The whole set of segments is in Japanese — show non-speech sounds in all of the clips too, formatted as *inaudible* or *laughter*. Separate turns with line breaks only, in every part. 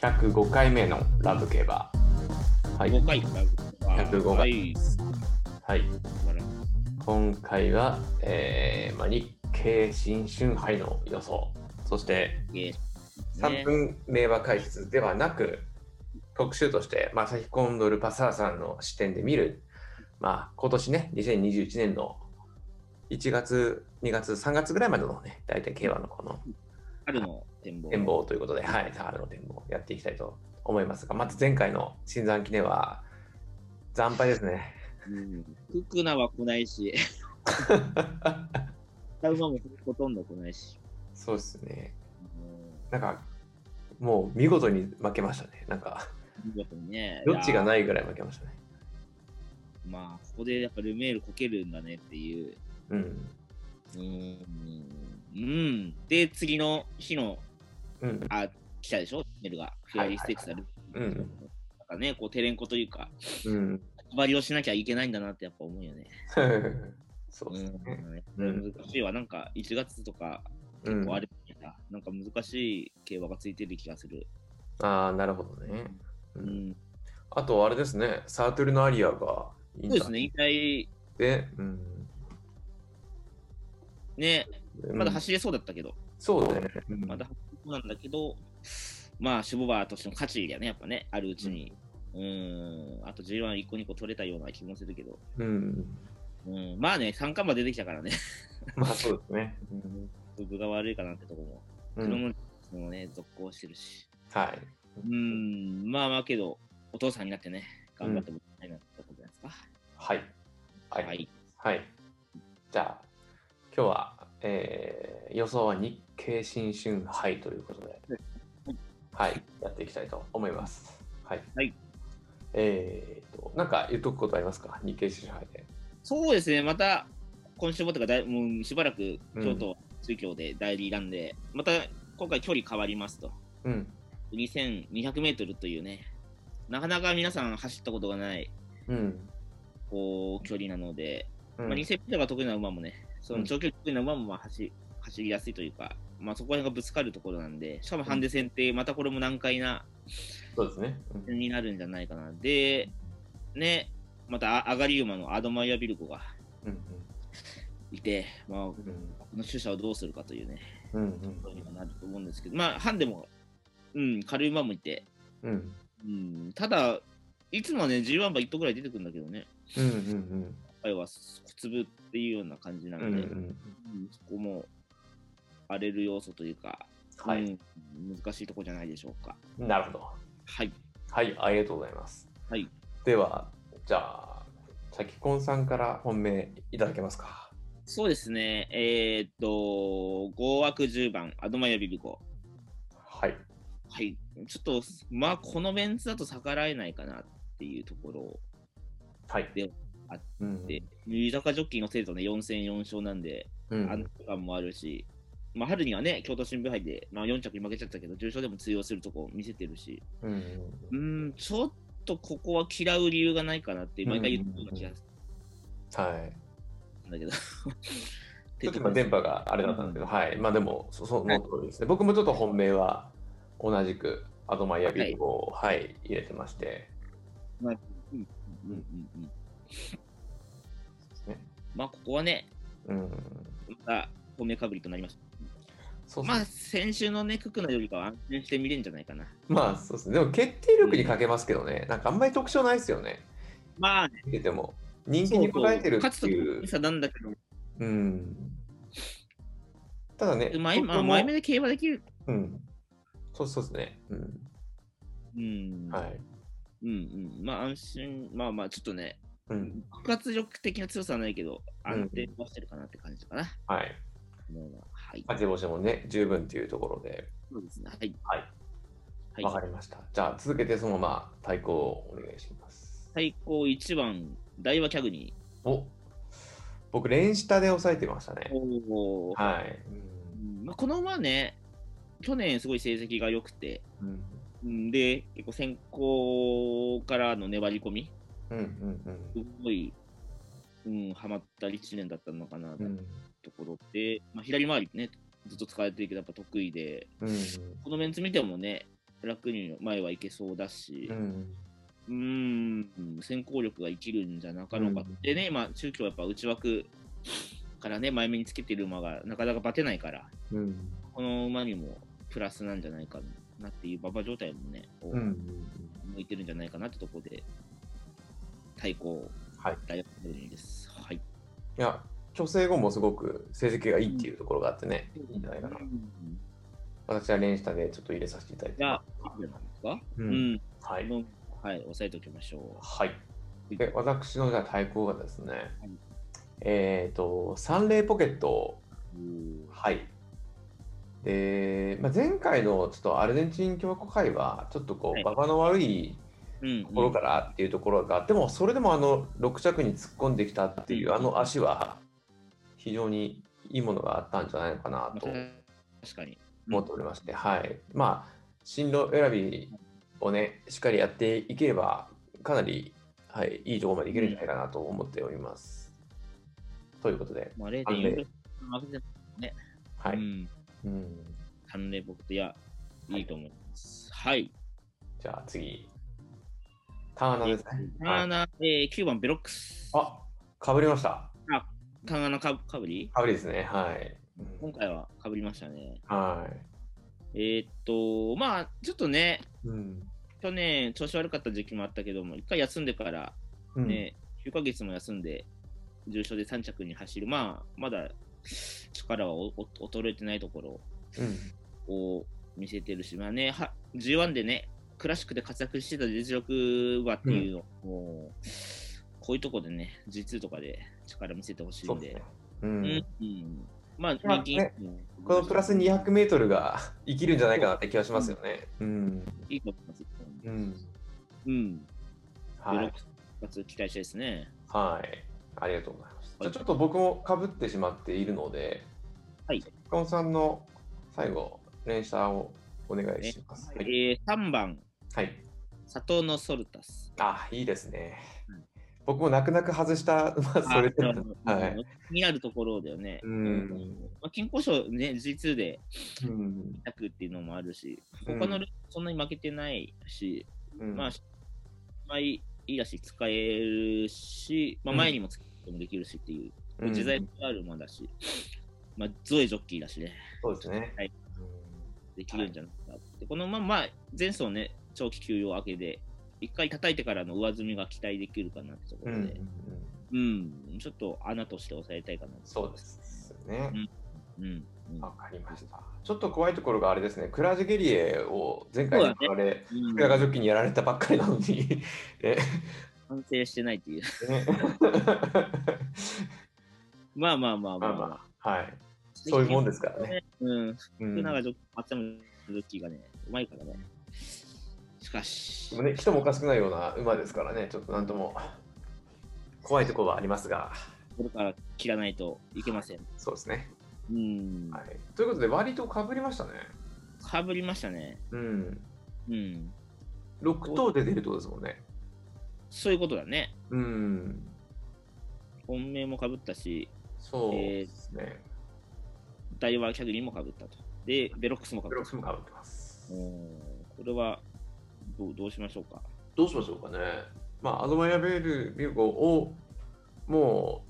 105回目のラブ競馬。はい。
5回ラブは
105回
はい。
はい、
あら
今回は、えーまあ、日経新春杯の予想、そして
ね
3分名馬解説ではなく、特集として、まあ、サヒコンドルパサーさんの視点で見る、まあ、今年ね、2021年の1月、2月、3月ぐらいまでのね、大体競馬のこの
春の展望。
展望ということで、はい、春の展望をやっていきたいと思いますが、まず前回の新山記念は、惨敗ですね。 *laughs*
うん。ククナは来ないし、ラウマもほとんど来ないし。
そうですね。
うん
なんか、もう見事に負けましたね。なんか、
見事にね。
どっちが
い
ないぐらい負けましたね。
やまあ、ここでやっぱルメールこけるんだねっていう。
うん。
うん。うん。で、次の日の、
うん。
あ、来たでしょルメールが。フェアリーステークスだる。
はいはいはいうん
なんかね、こう、テレンコというか、
うん。 *laughs*
割りをしなきゃいけないんだなってやっぱ思うよね。
そ
う
うです
ん
ね。。
難しいわ。なんか、1月とか、
うん
結構あるみたいな、なんか難しい競馬がついてる気がする。
ああ、なるほどね。う
うんん。
あと、あれですね、サートゥルのアリアがいい
そうですね、引退、
で、うん。
ね、
うん
まだ走れそうだったけど、
そうだね。うん
まだ走れそうなんだけど、まあ、シュボバーとしての価値だよね、やっぱね、あるうちに。うん、んあと G11 個2個取れたような気もするけど、
うん。
うん、まあね、三冠馬出てきたからね、 *laughs*
まあ、そうですね。
分が悪いかなってとこも、
う
それ
ん。
も、そのね、続行してるし。
はい。
うん、まあまあけど、お父さんになってね、頑張ってもらいたいなってことじゃないですか。
はい。はい。
はい。
はい。じゃあ、今日は、えー予想は日経新春杯ということで、はい、やっていきたいと思います。はい。
はい
えーと、なんか言っとくことありますか日経新春杯で。
そうですね、また今週もというかだい、もうしばらく
うん
京都、中京で代理なんで、また今回距離変わりますと、
うん。
2200メートルというね、なかなか皆さん走ったことがない
うん。
こう距離なので、
うん
まあ、2000メートルが得意な馬もね、そうの
ん
長距離得意な馬もまあ走走りやすいというか、まあ、そこら辺がぶつかるところなんで、しかもハンデ戦って、またこれも難解な
そうですね。うん
点になるんじゃないかな。で、ね、またあ上がり馬のアドマイアビルコが
うん
いて、まあ、こ
うん
の主者をどうするかというね。
うん
ことにはなると思うんですけど、まあ、ハンデも、うん、軽い馬もいて、
うんうん
うん、ただ、いつもはね、G1 馬1頭ぐらい出てくるんだけどね、
うんうん
今回は小粒っていうような感じな
うんう
ので、う
ん
んそこも荒れる要素というか、
は
う
い。
ん難しいとこじゃないでしょうか。
なるほど。
はい、
はい、ありがとうございます。
はい。
では、じゃあ、さきこんさんから本命いただけますか。
そうですね、えーっと、5枠10番、アドマイアビビコ。
はい。
はい、ちょっと、まあ、このメンツだと逆らえないかなっていうところ
はい。
であっ
うん
で、三坂ジョッキーのせいとね、4戦4勝なんで、
うん
安定感もあるし、まあ、春にはね、京都新聞杯で、まあ、4着に負けちゃったけど、重賞でも通用するとこ見せてるし、
うん
うーん、ちょっとここは嫌う理由がないかなって、毎回言ってるような気がす
はい。
るんだけど。
ちょっと今電波があれだったんですけど、はい。まあでも、そその通りですね。僕もちょっと本命は同じくアドマイアビッグを、はい、入れてまして、
まあうんうんうんうん
ですね。
まあ、ここはね、
うん。
また、本命かぶりとなりました。
そうっす
まあ、先週のね、ククナよりかは安心して見れるんじゃないかな。
まあ、そうですね。でも決定力に欠けますけどね、なんかあんまり特徴ないですよね。
まあね、
見てても。人気に応えてる
勝
っ
つ
て
と
いう
き。差なんだけど、
うん。ただね、
前まあ
僕も
前目で競馬できる。
うん。そうそうですね。うん。
うん、
はい。
うんうん。まあ安心、まあまあちょっとね、
うん。
爆発力的な強さはないけど、
うん
安定はしてるかなって感じかな。
はい。
もうなはい。
勝ち星もね、十分っていうところで。
そうですね。はい。はい。
わかりました。じゃあ続けてそのまま対抗をお願いします。
最高1番、大和キャグニ
お僕、連下で抑えてましたね
ー。。おー
はい。
うんまあ、この馬ね、去年すごい成績が良くて、
うん。
うんで、結構先行からの粘り込み、
うんうん
すごい、うん、ハマった1年だったのかな、
うん。うん。
ところで、まあ、左回りね、ずっと使われてるけど、やっぱ得意で、
うん。
このメンツ見てもね、楽に前はいけそうだし
う、ん
うーん、先行力が生きるんじゃなかろうか。
うん
でね、今、中京はやっぱ内枠からね、前目につけてる馬がなかなかバテないから、
うん
この馬にもプラスなんじゃないかなっていう馬場状態もね、を
うん
向いてるんじゃないかなってとこで、対抗、
はい
大学部員です。はい。
いや調整後もすごく成績がいいっていうところがあってね、いいんじゃないかな
うん
私は連下でちょっと入れさせていただいて
じゃあ
ま、
いいんじゃないですか
すう
うんん。
はい
はい、押さえておきましょ
はい。で、私のじゃあ対抗がですね、
い
えっ、と、サンレイポケット、
う。うん
はい。で、まあ、前回のちょっとアルゼンチン共和国会は、ちょっとこ
は
う、
い
馬場の悪い
うん。
ところからっていうところがあっても、それでもあの6着に突っ込んできたっていう、
うん
あの足は、非常にいいものがあったんじゃないのかなと。
確かに。
思っておりまして、はい。まあ、進路選びをね、しっかりやっていければ、かなり、はい、いいところまでいけるんじゃないかなと思っております。ということで、
まあ、0.4
判例
分負けて
は
う
い。
ん。
うん、
関連僕といや、いいと思います。はい。
じゃあ次、ターナーですね。
タ
は
ー
い、
ナー、えー、9番ベロックス。
あかぶりました。
ターナーかかぶり
かぶりですね。はい。う
今
ん
回はかぶりましたね。
は
えーっと、まあ、ちょっとね、
い。うん。
去年調子悪かった時期もあったけども、一回休んでから、
うん、
ね、9ヶ月も休んで、重症で3着に走る、まあ、まだ力はおお衰えてないところ
うん。
を見せてるし、まあね、は G1 でね、クラシックで活躍してた実力馬っていうのもうこういうとこでね、G2 とかで力見せてほしい
そ
ん
う
で、
ですね。う
うんん、うんまあ、
まあ
人気
ねこのプラス200メートルが *laughs* 生きるんじゃないかなって気がしますよね。うん。
いいと思います。
うん。
うん、
は
ブロ
い
ッ。ク一発期待したいですね。
はい。ありがとうございます。じ
は
ゃ
い
あちょっと僕もかぶってしまっているので、
はい。
岡本さんの最後、連射をお願いします。はい。
えー、3番、
はい、
佐藤のソルタス。
あ、いいですね
うん。
僕も泣く泣く外した、 *laughs* まあ、それで
あ
も、はい。
気になるところだよね。
うん。
まあ、金庫賞ね、G2 で
うん。
100っていうのもあるし、
うん
他のルールそんなに負けてないし、
うん
まあ、まあ、いいだし、使えるし、まあ、
うん
前にも使うこともできるしっていう、
うん
自在あるもんだし、まあ、ゾエジョッキーだしね、
そうですね。
はいできるんじゃないかって、このまま、まあ、前走ね、長期休養明けで、一回叩いてからの上積みが期待できるかなってとこ
うん。う
ろ
んうん
で、うん、ちょっと穴として抑えたいかな
そうですね。
うん。うん
わかりました。ちょっと怖いところがあれですね、クラージェゲリエを前回
そう
の
だね
あれ、
うん
クラガジョッキにやられたばっかりなのに、え
完成してないっていう。 *laughs*
ね *laughs*
まあまあまあま
ま
あ
あ
まあ。
まあ、はい。そういうもんですからね。
うん。
うん、
福
で
永ジョッキー、松山ジョッキーがね、うまいからね。しかし
も、ね、人もおかしくないような馬ですからね、ちょっとなんとも怖いところはありますが、
これから切らないといけません。
そうですね。
うん
は。い、ということで、割とかぶりましたね。
かぶりましたね。
うん。
うん。
6頭で出るってことですもんね。
そういうことだね。
うん。
本命もかぶったし、
そうですね。
ダイワーキャグリーもかぶったと。で、ベロックスもか
ブ
ぶ
ロ
っ
ックスもかぶってます。
た。うん。これはどう、どうしましょうか。
どうしましょうかね。まあ、アドマイアベールビューゴをも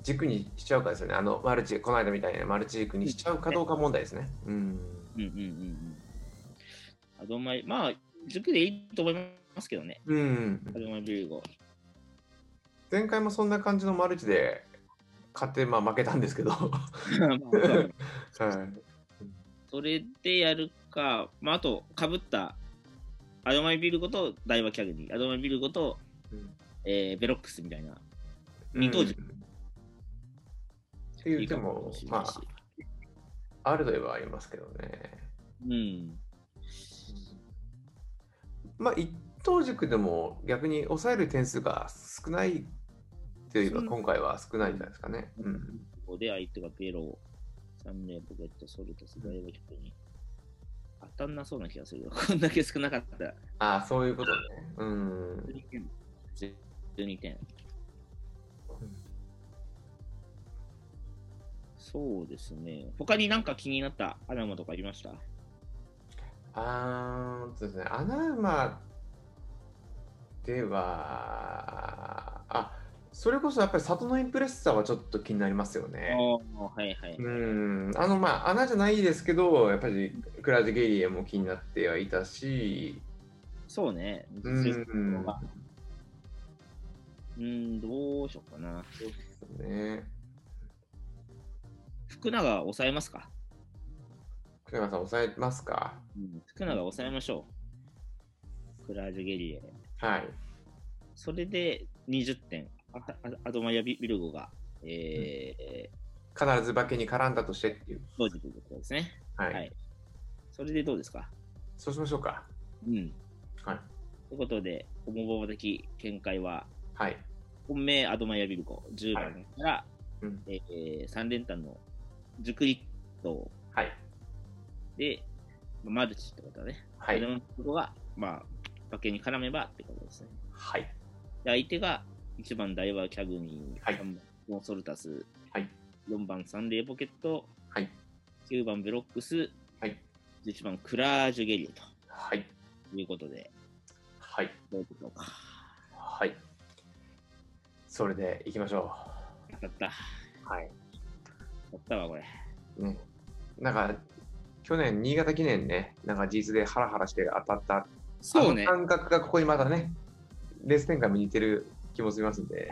う軸にしちゃうかですよね。あのマルチ、この間みたいなマルチ軸にしちゃうかどうか問題ですね。うん。
うんうんうんうん。アドマイ、まあ、塾でいいと思いますけどね。
うん
ア、ドマイビルゴ。
*laughs* 前回もそんな感じのマルチで勝って、まあ、負けたんですけど。 *laughs* は
まあまあ
い、
それでやるか、まあ、あと、かぶった、アドマイビルゴとダイワキャグニー、アドマイビルゴと、えーベロックスみたいな、二等軸
うんって言
い
っ
い
て
かも
も
し、れな
ま
いし。
あ、あるといえばありますけどね。
うん。
まあ、一等軸でも逆に抑える点数が少ないというか、
うん
今回は少ないんじゃないですかね。う。
うんここで相手がベロ、サンレイポケット、ソルトス、ダイワキャグニー。当たんなそうな気がするよ。こんだけ少なかったら。
ああ、そういうことね。うん。
12点。12点。そうですね。他になんか気になったアナマとかありました
あーそうですね、穴馬では、あそれこそやっぱり里のインプレッサーはちょっと気になりますよ
あ
ね。
あ、はいはい。
うん、あのまあ穴じゃないですけど、やっぱりクラージゲリエも気になってはいたし、
そうね。
うん
実力がうん、どうしようかな。
ね、
福永抑えますか、
福山さん抑えますか
うん、福永抑えましょう。クラージュゲリエ。
はい。
それで20点。ああアドマイアビビルゴが、えー、
必ず化けに絡んだとしてっていう。
ロジということですね。
はい。
はいそれでどうですか
そうしましょうか。
うん。
はい。
ということで、おもぼぼ的見解は、
はい。
本命アドマイアビルゴ10
は
番
い
から、
うん
えー、3連単の熟リット
はい。
で、マルチってことだね。
はい
そ。のところが、まあ、馬券に絡めばってことですね。
はい。
で、相手が1番ダイバーキャグニー、
はい
3番モンソルタス、
はい
4番サンデーポケット、
はい。
9番ブロックス、
はい
11番クラージュゲリエ
はい。
ということで、
はい。
どういうことか。
はい。それでいきましょ
当たった。
う。はい。
当たったわ、これ。
ね。なんか、去年、新潟記念ね、なんか G2 でハラハラして当たった、あの感覚がここにまたね、レース展開も似てる気もしますんで、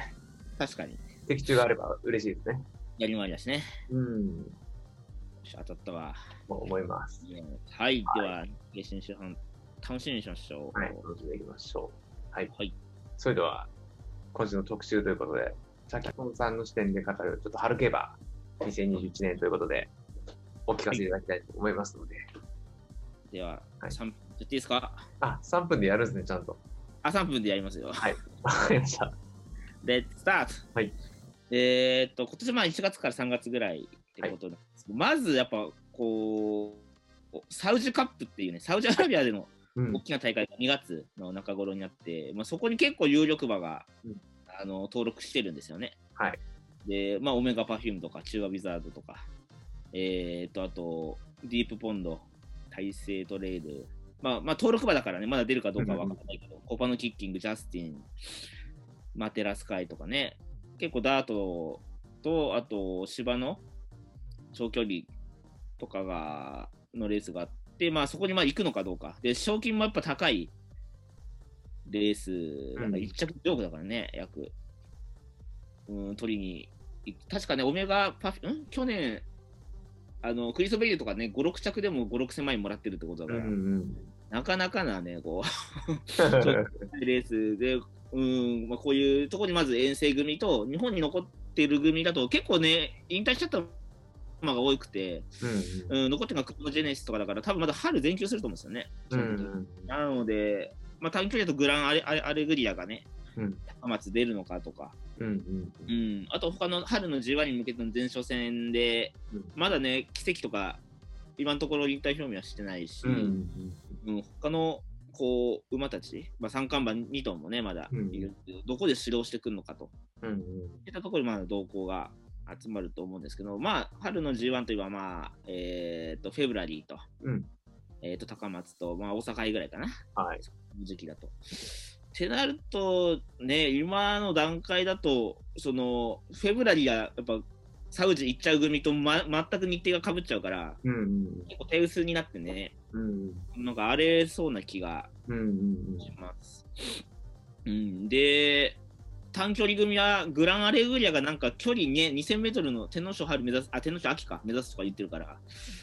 確かに。
的中があれば嬉しいですね。
やりまりだしね。よ
うん、
し当たったわ。
と思います。
はい、では、下旬週半、楽しみにしましょう。
はい、楽しんでいきましょう。はい。
はい
それでは、今週の特集ということで、先ほどさんの視点で語る、ちょっと春競馬2021年ということで、お聞かせいただきたいと思いますので、
では、
はい
三分やっていいですか
あ、3分でやるんですね、ちゃんと。
あ、3分でやりますよ。
はいわかりました。
で、スタート。
はい。
えーっと、今年まあ1月から3月ぐらいってことなんですけど、まずやっぱこう、サウジカップっていうね、サウジアラビアでの
うん
大きな大会が2月の中頃になって、まあ、そこに結構有力馬が、
うん
あの登録してるんですよね。
はい。
で、まあ、オメガパフュームとか、中和ウィザードとか、えーっと、あと、ディープポンド、大勢トレード、まあ、まあ、登録馬だからね、まだ出るかどうかは分からないけど、コパのキッキング、ジャスティン、マテラスカイとかね、結構ダートと、あと芝の長距離とかが、のレースがあって、まあそこにまあ行くのかどうか。で、賞金もやっぱ高いレース、だから
うん
1着上下だからね、約。うん、取りに行く。確かね、オメガパフ、ん去年、あの、クリスベリューとかね、5、6着でも5、6千万円もらってるってことだ
う
から、
んうん
なかなかなね、こう、 *laughs* レースで、うんまあ、こういうところにまず遠征組と、日本に残ってる組だと、結構ね、引退しちゃった馬が多くて、
うん
うん、残ってるのがクロノジェネシスとかだから、多分まだ春全休すると思うんですよね。
うんうん
なので、まあ、短距離だとグランアレアレアレグリアがね、
うん
高松出るのかとか、
うんうん
うん、あと他の春の G1 に向けての前哨戦で、
うん
まだね、奇跡とか、今のところ引退表明はしてないし、
うんうん
うん、他のこう馬たち、まあ、三冠馬2頭もね、まだいるんですけど、どこで指導してくるのかと
うん
いったところにまだ動向が集まると思うんですけど、まあ、春の G1 といえば、まあえー、とフェブラリーと,、
うん
えー、と高松と、まあ、大阪以外かな、
はい
の時期だと。ってなると、ね、今の段階だと、そのフェブラリーがやっぱサウジ行っちゃう組と、ま、全く日程がかぶっちゃうから、
うんうん
結構手薄になってね、
うん
なんか荒れそうな気が
うんうん
します。うん、で、短距離組はグランアレグリアがなんか距離ね、2000メートルの天皇賞春目指す、あ、天皇賞秋か、目指すとか言ってるから、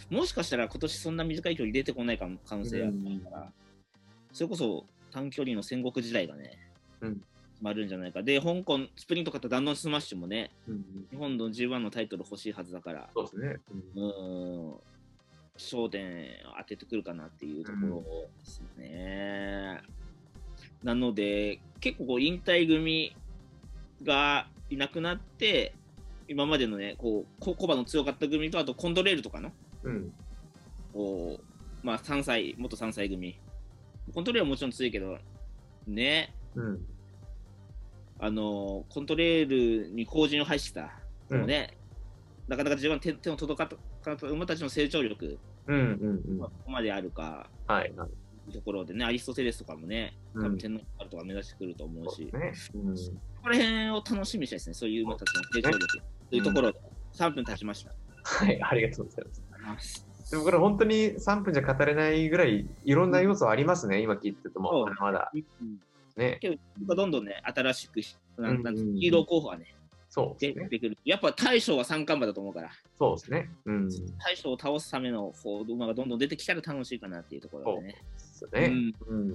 もしかしたら今年そんな短い距離出てこないかも可能性があるから、それこそ短距離の戦国時代がね、
うん
決まるんじゃないか。で、香港、スプリント勝ったダンドンスマッシュもね、
うん
日本の G1 のタイトル欲しいはずだから、
そうですね
うーん、焦点当ててくるかなっていうところですね。なので、結構こう引退組がいなくなって、今までのね、こう、ココバの強かった組と、あとコンドレールとかの、
うん
こう、まあ3歳、元3歳組。コントレールはもちろん強いけど、ね、
うん
あのコントレールに後陣を配してた、そのね、なかなか自分の手手の届かなかった馬たちの成長力、
うんうんう
まあこ
ん。
こまであるか、
はいはい。
ところでね、アリストテレスとかもね、多
う
分
ん
天皇あるとか目指してくると思うし、
そうですね。うん
ここら辺を楽しみにしたいですね、そういう馬たちの成長力というところで、3分経ちました。
はい、ありがとうございます。でもこ
こ
れ本当に3分じゃ語れないぐらいいろんな要素ありますね、今聞いてても
そう。
まだ
れ、
ね。
けどどんどんね、新しくし、な
うんん
なんていうのヒーロー候補がね、
そう
出
ですね。
てくる。やっぱ大将は三冠馬だと思うから、
そうですね。うん。そ
大将を倒すためのこう馬がどんどん出てきたら楽しいかなっていうところでね。
うです
う
ね。
ん
うん。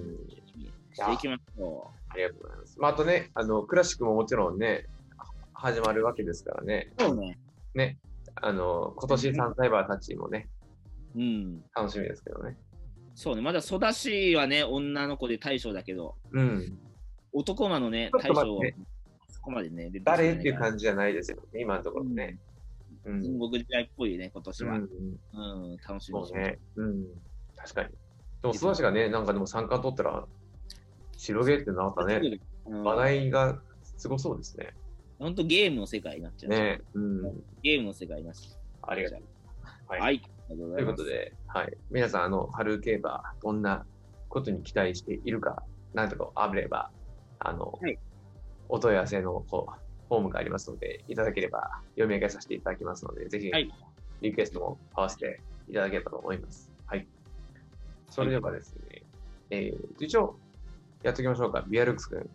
していきましょ
ありがとうございます。まあ、あとね、あの、クラシックももちろんね、は始まるわけですからね。
う。そうね。
ね。あの、今年サンサイバーたちもね、
うん。
楽しみですけどね。
そうね。まだ育ちはね、女の子で大将だけど、
うん。
男馬のね
ちょ、っ
大
と待
将
っ
は
て
そこまでね、出てき
誰ってい
じ。
う感じじゃないですよね、今のところね。うん。
中国時代っぽいね、今年
う
は。
ん
うん、楽しみに
そ
しましょ
う
う
ね。うん。確かに。でも、素足がね、なんかでも三冠取ったら、白毛ってなったね。
うん
話題がすごそうですね。
ほんとゲームの世界になっちゃう。
ねうん。
ゲームの世界になっちゃ
ありがとう。
う。
はい
はい。ありがとうご
と
ざいう
いこ
ます
と。で、はい。皆さん、あの、春競馬、どんなことに期待しているか、なんとかあれば、あの、
はい
お問い合わせのこうフォームがありますので、いただければ読み上げさせていただきますので、ぜひ、
はい
リクエストも合わせていただければと思います。はい。それではですね、えー、一応、やっておきましょうか。ビアルックス君。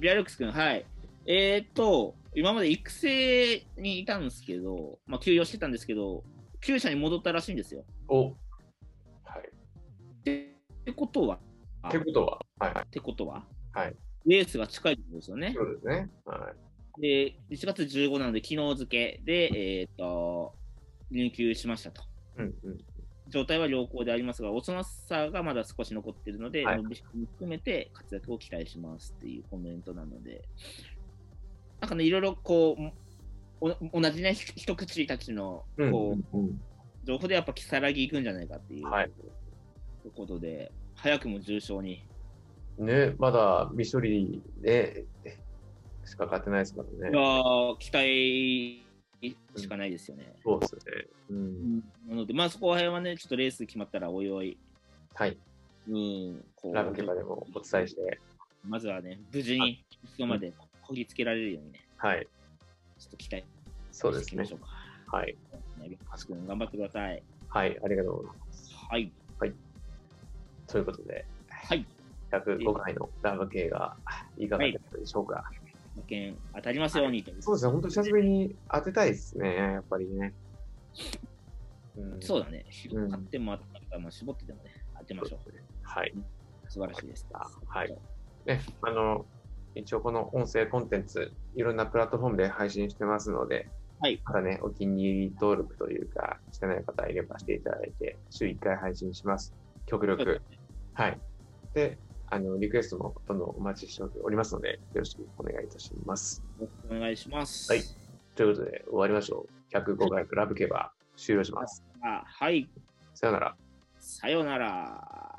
ビアルックス君、はい。えーっと、今まで育成にいたんですけど、まあ、休養してたんですけど、厩舎に戻ったらしいんですよ。
おはい。
ってことは、あ
ってことは、はい。はい
ってことは、
はい
レースが近いってことですよね
とい。うことですね。はい。
で、1月15なので、昨日付けで、えーっと、入球しましたと。
うんうん。
状態は良好でありますが、幼さがまだ少し残っているので、
はい
伸びしろも含めて活躍を期待しますっていうコメントなので、なんかね、いろいろこう、お同じね、ひ一口たちの
うん
こう、
うん
情報でやっぱ如月行くんじゃないかっていう、
はい
とことで、早くも重症に、
ね、まだ未処理でしか勝てないですから
い
ね。
やー期待しかないですよね。
そうですね。うん。
なので、まあそこら辺はね、ちょっとレース決まったらおいおい、
はい。
うん、こう
ラブケバでもお伝えして、
まずはね、無事に、そこまでこぎつけられるようにね、
はい。
ちょっと期待
そうです
行
ね
きましょ。うか。
はい。
ね、パス君頑張ってください。
はい。ありがとうございます。
はい。
ということで、
はい。
105回のラブ系がいかがだったでしょうか。
馬券当たりますようにと、
そうですね。本当久しぶりに当てたいですね。やっぱりね。うん
そうだね。
うん
買っても当たったら、まあ、絞ってでもね、当てましょう。
はい。
素晴らしいです。
あはい。ね、あの、一応この音声コンテンツ、いろんなプラットフォームで配信してますので、
はい
まだね、お気に入り登録というか、してない方いればしていただいて、週1回配信します。極
そうで
力。はい。で、あの、リクエストもどんどんお待ちしておりますので、よろしくお願いいたします。
よろしくお願いします。
はいということで、終わりましょう。105回クラブ競馬、終了します。
あはい。
さよなら。
さようなら。